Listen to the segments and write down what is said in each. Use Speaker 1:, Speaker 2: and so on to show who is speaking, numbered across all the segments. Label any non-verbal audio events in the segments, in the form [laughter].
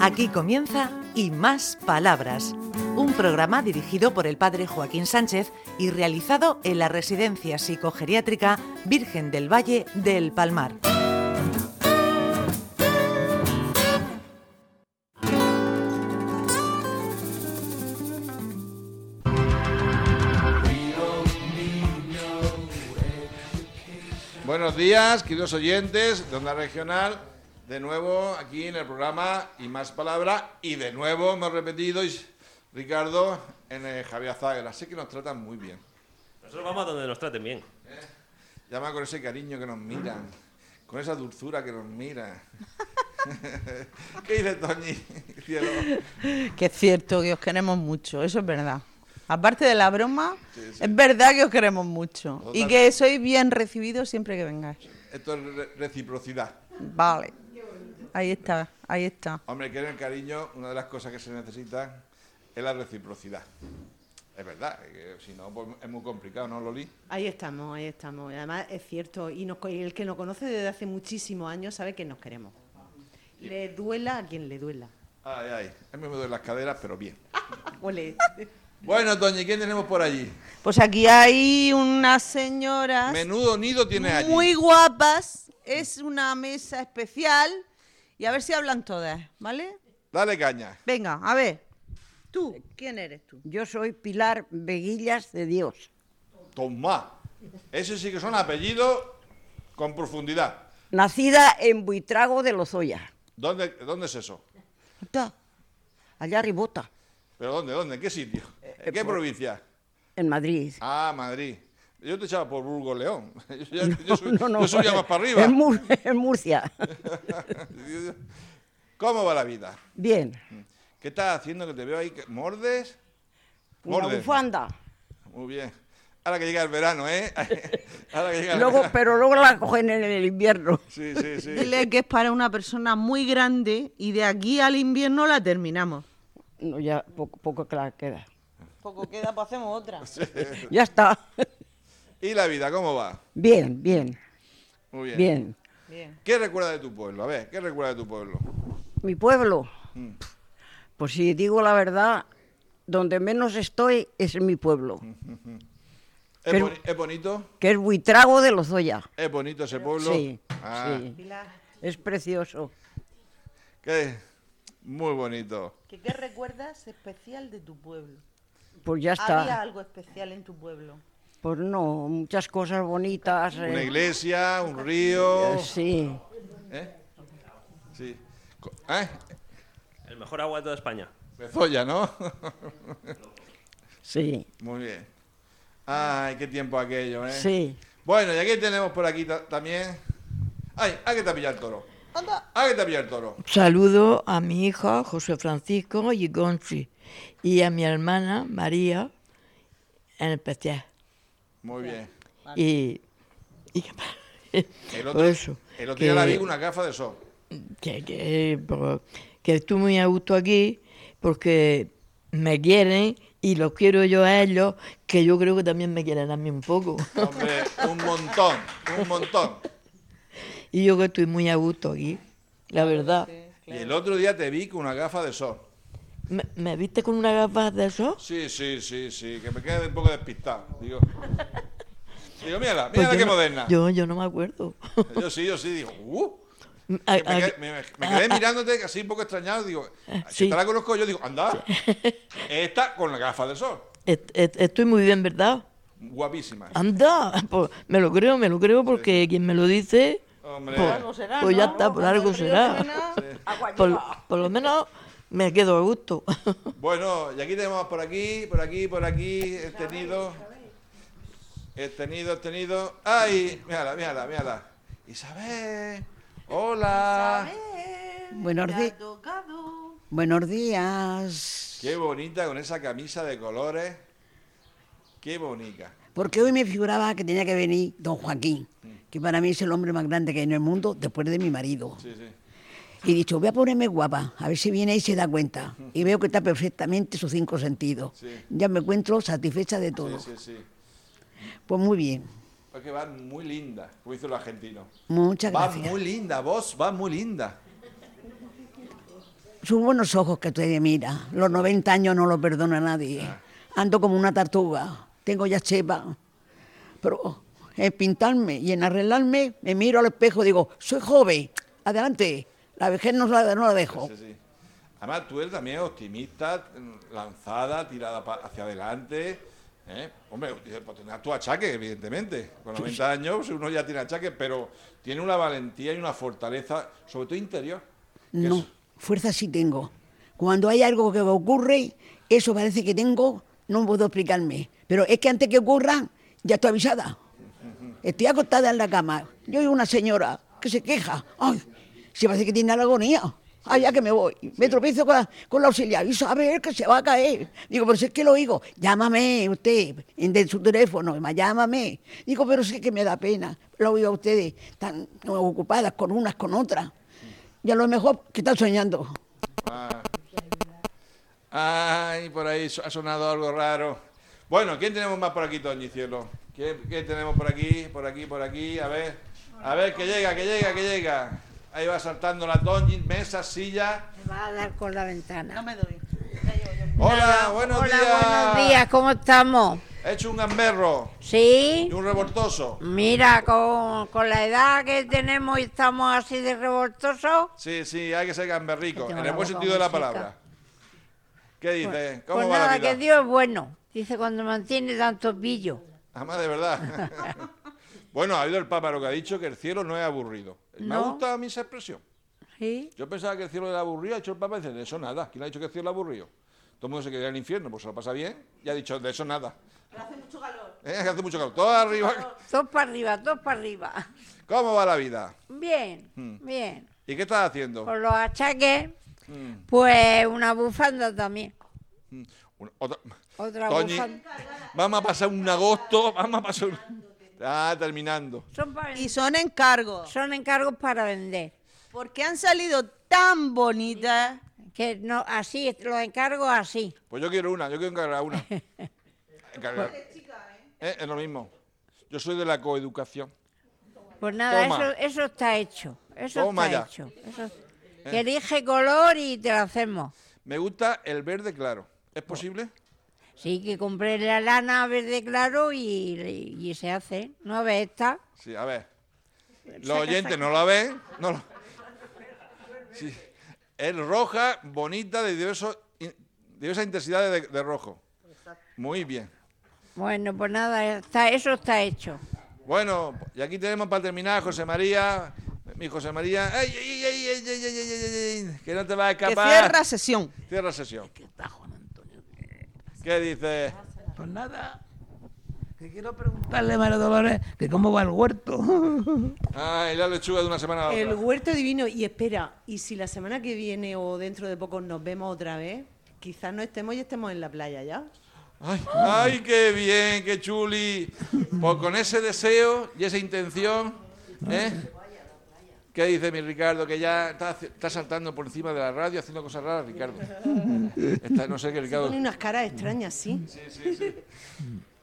Speaker 1: Aquí comienza Y Más Palabras, un programa dirigido por el padre Joaquín Sánchez y realizado en la Residencia Psicogeriátrica Virgen del Valle del Palmar.
Speaker 2: Buenos días, queridos oyentes de Onda Regional. De nuevo aquí en el programa y más palabra. Y de nuevo hemos repetido, y- Ricardo, en el Javier Zagra. Sé que nos tratan muy bien.
Speaker 3: Nosotros vamos a donde nos traten bien.
Speaker 2: Llama con ese cariño que nos miran, con esa dulzura que nos mira. [laughs] ¿Qué dices, Toñi? [laughs] Cielo.
Speaker 4: Que es cierto que os queremos mucho, eso es verdad. Aparte de la broma,
Speaker 2: Sí, sí.
Speaker 4: es verdad que os queremos mucho y
Speaker 2: Total.
Speaker 4: que sois bien recibidos siempre que vengáis.
Speaker 2: Esto es re- reciprocidad.
Speaker 4: Vale. Ahí está, ahí está.
Speaker 2: Hombre, que en el cariño, una de las cosas que se necesita es la reciprocidad. Es verdad, que si no, pues es muy complicado, ¿no, Loli?
Speaker 5: Ahí estamos, ahí estamos. Y además es cierto, y, nos co- y el que nos conoce desde hace muchísimos años sabe que nos queremos. Le duela a quien le duela.
Speaker 2: Ay, ay. A mí me duelen las caderas, pero bien.
Speaker 5: Ole.
Speaker 2: Bueno, Toñi, ¿quién tenemos por allí?
Speaker 4: Pues aquí hay unas señoras
Speaker 2: Menudo nido tiene allí.
Speaker 4: muy guapas, es una mesa especial y a ver si hablan todas, ¿vale?
Speaker 2: Dale caña.
Speaker 4: Venga, a ver. Tú, ¿quién eres tú?
Speaker 6: Yo soy Pilar Veguillas de Dios.
Speaker 2: Tomá. Ese sí que son apellidos con profundidad.
Speaker 6: Nacida en Buitrago de Lozoya.
Speaker 2: ¿Dónde, ¿Dónde es eso?
Speaker 6: Está, Allá ribota,
Speaker 2: ¿Pero dónde? ¿Dónde? ¿En qué sitio?
Speaker 6: Eh,
Speaker 2: ¿En qué provincia?
Speaker 6: en Madrid.
Speaker 2: Ah, Madrid. Yo te echaba por Burgos León. [laughs] Yo, ya- yo soy-
Speaker 6: [laughs] No, no,
Speaker 2: yo subía más para arriba.
Speaker 6: En, Mur- en Murcia.
Speaker 2: ¿Cómo va la vida?
Speaker 6: Bien.
Speaker 2: ¿Qué estás haciendo que te veo ahí? que- ¿Mordes?
Speaker 6: Una
Speaker 2: Mordes. [laughs]
Speaker 6: bufanda.
Speaker 2: Muy bien. Ahora que llega el verano, ¿eh? Ahora que llega el
Speaker 6: Luego,
Speaker 2: verano.
Speaker 6: pero luego la cogen en el invierno.
Speaker 2: Sí, sí, sí.
Speaker 4: Dile que es para una persona muy grande y de aquí al invierno la terminamos.
Speaker 6: No, ya poco, poco que la queda.
Speaker 4: Poco queda, pues hacemos otra.
Speaker 6: Ya está. [laughs]
Speaker 2: ¿Y la vida cómo va?
Speaker 6: Bien, bien,
Speaker 2: Muy bien.
Speaker 6: bien.
Speaker 2: ¿Qué recuerda de tu pueblo? A ver, ¿qué recuerda de tu pueblo?
Speaker 6: Mi pueblo.
Speaker 2: Mm.
Speaker 6: Pues si digo la verdad, donde menos estoy es en mi pueblo,
Speaker 2: Mm. ¿Es,
Speaker 6: Pero-
Speaker 2: boni- es bonito?
Speaker 6: que es Buitrago de Lozoya.
Speaker 2: ¿Es bonito ese pueblo?
Speaker 6: Sí,
Speaker 2: Ah,
Speaker 6: sí. Es precioso.
Speaker 2: ¿qué? Muy bonito.
Speaker 7: ¿Que ¿Qué recuerdas especial de tu pueblo?
Speaker 6: Pues ya
Speaker 7: ¿Había
Speaker 6: está.
Speaker 7: algo especial en tu pueblo?
Speaker 6: Pues no, muchas cosas bonitas.
Speaker 2: Una
Speaker 6: eh,
Speaker 2: iglesia, un río.
Speaker 6: eh, Sí.
Speaker 2: ¿Eh? Sí. Co- ¿Eh?
Speaker 3: El mejor agua de toda España.
Speaker 2: Bezoya, ¿no? [laughs]
Speaker 6: Sí,
Speaker 2: Muy bien. Ay, qué tiempo aquello, ¿eh?
Speaker 6: sí.
Speaker 2: Bueno, y aquí tenemos por aquí ta- también. Ay, ¿a qué te ha pillado el toro? ¿Anda? ¿A qué te ha pillado el toro?
Speaker 8: Saludo a mi hija José Francisco y Gonzi y a mi hermana María en especial.
Speaker 2: Muy bien.
Speaker 8: Y, y que-
Speaker 2: El otro,
Speaker 8: por eso,
Speaker 2: el otro día
Speaker 8: que-
Speaker 2: la vi con una gafa de sol.
Speaker 8: que, que, por- que estoy muy a gusto aquí porque me quieren y los quiero yo a ellos, que yo creo que también me quieren a mí un poco.
Speaker 2: Hombre, un montón, un montón.
Speaker 8: y yo que estoy muy a gusto aquí, la verdad.
Speaker 2: Y el otro día te vi con una gafa de sol.
Speaker 8: ¿Me, me viste con una gafa de esos?
Speaker 2: Sí, sí, sí, sí, que me quedé un poco despistado. Digo, digo mírala, mírala
Speaker 8: Pues yo
Speaker 2: qué
Speaker 8: no-
Speaker 2: moderna. Yo...
Speaker 8: Yo, yo no me acuerdo.
Speaker 2: sí, yo sí, digo, uh.
Speaker 8: A-
Speaker 2: Que Me,
Speaker 8: [laughs] a-
Speaker 2: quedé- me- me quedé mirándote así un poco extrañado, digo, "Ah, si
Speaker 8: sí.
Speaker 2: te la conozco yo, digo, anda, esta con la gafa de sol,
Speaker 8: est- est- estoy muy bien, ¿verdad?
Speaker 2: guapísima.
Speaker 8: Anda, pues, me lo creo, me lo creo porque quien me lo dice,
Speaker 2: Hombre,
Speaker 8: pues, pues ya está, por algo será. Por, por lo menos me quedo a gusto.
Speaker 9: Pues
Speaker 2: bueno, y aquí tenemos por aquí, por aquí, por aquí, este el tenido, el tenido, el tenido, este ay, mírala, mírala, mírala, Isabel, hola,
Speaker 6: Buenos,
Speaker 7: ¿Te
Speaker 6: di-
Speaker 7: ha tocado?
Speaker 6: buenos días.
Speaker 2: Qué bonita con esa camisa de colores. Qué bonita.
Speaker 6: Porque hoy me figuraba que tenía que venir don Joaquín, que para mí es el hombre más grande que hay en el mundo después de mi marido.
Speaker 2: Sí, sí.
Speaker 6: Y he dicho, voy a ponerme guapa, a ver si viene y se da cuenta. Y veo que está perfectamente sus cinco sentidos.
Speaker 2: Sí.
Speaker 6: Ya me encuentro satisfecha de
Speaker 2: Sí,
Speaker 6: todo.
Speaker 2: sí, sí.
Speaker 6: Pues muy bien.
Speaker 2: Porque va muy linda, como hizo el argentino.
Speaker 6: Muchas
Speaker 2: Va
Speaker 6: gracias.
Speaker 2: muy linda, vos, va muy linda.
Speaker 6: Sus buenos ojos que te mira. Los 90 años no lo perdona nadie. Ando como una tartuga. Tengo ya chepa. Pero en pintarme y en arreglarme, me miro al espejo y digo, soy joven. Adelante. La vejez no la, no la dejo.
Speaker 2: Sí, sí. Además, tú eres también optimista, mm, lanzada, tirada pa- hacia adelante. ¿eh? Hombre, dice, pues tendrás tu achaque, evidentemente. Con 90 años uno ya tiene achaque, pero tiene una valentía y una fortaleza, sobre todo interior. que
Speaker 6: No,
Speaker 2: es-
Speaker 6: fuerza sí tengo. Cuando hay algo que me ocurre, eso parece que tengo, no puedo explicarme. Pero es que antes que ocurra, ya estoy avisada. Eh, Estoy acostada en la cama. Yo oigo una señora que se queja. Ay, se parece que tiene la agonía. Ay, ya que me voy. Me tropiezo con la, con la auxiliar. Y sabe que se va a caer. Digo, pero si es que lo oigo. Llámame usted en de su teléfono. ma, Llámame. Digo, pero si es que me da pena. Lo oigo a ustedes tan ocupadas con unas con otras. Y a lo mejor que están soñando.
Speaker 2: Ay, por ahí su- ha sonado algo raro. Bueno, ¿quién tenemos más por aquí, Toñi Cielo? ¿Quién, quién tenemos por aquí, por aquí, por aquí? A ver, a ver, que llega, que llega, que llega. Ahí va saltando la Toñi, mesa, silla.
Speaker 10: Va a dar con la ventana.
Speaker 7: No me doy.
Speaker 2: Hola, buenos
Speaker 10: Hola,
Speaker 2: días.
Speaker 10: buenos días, ¿cómo estamos?
Speaker 2: He hecho un gamberro
Speaker 10: ¿Sí?
Speaker 2: y un revoltoso.
Speaker 10: Mira, con, con la edad que tenemos y estamos así de revoltosos,
Speaker 2: Sí, sí, hay que ser gamberrico,
Speaker 10: Que tengo
Speaker 2: en
Speaker 10: la
Speaker 2: el buen
Speaker 10: boca
Speaker 2: sentido de la
Speaker 10: muy seca.
Speaker 2: palabra. ¿Qué dices? ¿Cómo
Speaker 10: pues
Speaker 2: va
Speaker 10: nada,
Speaker 2: la vida?
Speaker 10: que Dios es bueno. Dice cuando mantiene tanto pillo.
Speaker 2: Además, de verdad. [laughs] bueno, ha habido el Papa lo que ha dicho, que el cielo no es aburrido. Me
Speaker 10: No.
Speaker 2: gusta a mí esa expresión.
Speaker 10: ¿Sí?
Speaker 2: Yo pensaba que el cielo era aburrido, ha dicho el Papa, dice, de eso nada. ¿Quién ha dicho que el cielo es aburrido? Todo el mundo se quería al infierno, pues se lo pasa bien. Y ha dicho, de eso nada. hace mucho calor. hace mucho calor. Todo arriba.
Speaker 10: Dos para arriba, dos para arriba. [laughs]
Speaker 2: ¿Cómo va la vida?
Speaker 10: Bien,
Speaker 2: Hmm.
Speaker 10: bien.
Speaker 2: ¿Y qué estás haciendo?
Speaker 10: Con los achaques,
Speaker 2: Mm,
Speaker 10: pues una bufanda también.
Speaker 2: mm. Una- otra-
Speaker 10: Otra
Speaker 2: Toñi,
Speaker 10: bufanda.
Speaker 2: vamos a pasar un agosto, vamos a pasar un... Ah, terminando.
Speaker 10: Son, para
Speaker 4: Y
Speaker 10: vender.
Speaker 4: son encargos.
Speaker 10: son encargos para vender.
Speaker 4: Porque han salido tan bonitas.
Speaker 10: Que no, así, los encargo así.
Speaker 2: Pues yo quiero una, yo quiero encargar
Speaker 4: [laughs]
Speaker 2: una. Encargar. Eh, es lo mismo. Yo soy de la coeducación.
Speaker 10: Pues nada,
Speaker 2: Toma.
Speaker 10: eso, eso está hecho. Eso
Speaker 2: Toma
Speaker 10: está
Speaker 2: ya. Eh.
Speaker 10: hecho. Eso- que elige color y te lo hacemos.
Speaker 2: Me gusta el verde claro. ¿Es posible?
Speaker 10: Sí, que compré la lana verde claro y, y se hace. No ves esta.
Speaker 2: Sí, a ver. Los oyentes no la ven. No lo- Sí. Es roja, bonita, de diversos, in- diversas intensidades de, de rojo. Muy bien.
Speaker 10: Bueno, pues nada, está, eso está hecho.
Speaker 2: Bueno, y aquí tenemos para terminar a José María. Mi José María. ¡Ey, ey, ey, ey, ey, ey, ey, ey, ey! Que no te va a
Speaker 4: Que
Speaker 2: escapar.
Speaker 4: cierra sesión.
Speaker 2: Cierra sesión. ¿Qué dices?
Speaker 9: Pues nada, que quiero preguntarle, María Dolores, que cómo va el
Speaker 2: [laughs]
Speaker 9: huerto.
Speaker 2: Ay, la lechuga de una semana a la
Speaker 5: El
Speaker 2: otra.
Speaker 5: huerto divino. Y espera, y si la semana que viene o dentro de poco nos vemos otra vez, quizás no estemos y estemos en la playa ya.
Speaker 2: Ay, ay, qué bien, qué chuli. Pues con ese deseo y esa intención, ¿eh? ¿Qué dice mi Ricardo? Que ya está, haci- está saltando por encima de la radio haciendo cosas raras, Ricardo. Está- no sé qué, Ricardo.
Speaker 5: Pone unas caras extrañas, sí.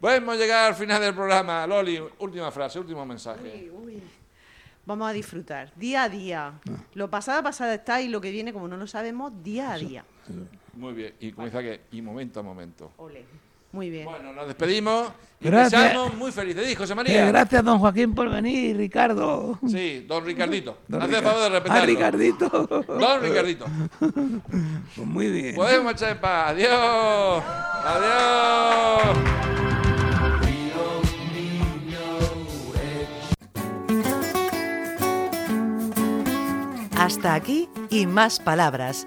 Speaker 2: Pues hemos llegado al final del programa. Loli, última frase, último mensaje.
Speaker 5: Vamos a disfrutar día a día. Lo pasado, pasado está y lo que viene, como no lo sabemos, día a día.
Speaker 2: Muy bien. Y comienza que, y momento a momento.
Speaker 5: Ole. Muy bien.
Speaker 2: Bueno, nos despedimos y
Speaker 9: Gracias.
Speaker 2: deseamos muy felices, José
Speaker 9: Que
Speaker 2: María.
Speaker 9: gracias, don Joaquín, por venir, Ricardo.
Speaker 2: Sí, don Ricardito.
Speaker 9: Don
Speaker 2: Hace
Speaker 9: Rica-
Speaker 2: favor de
Speaker 9: Ah,
Speaker 2: respetarlo.
Speaker 9: Ricardito.
Speaker 2: Don Ricardito.
Speaker 9: Pues muy bien.
Speaker 2: Podemos echar en paz. Adiós. Adiós.
Speaker 1: Hasta aquí Y Más Palabras,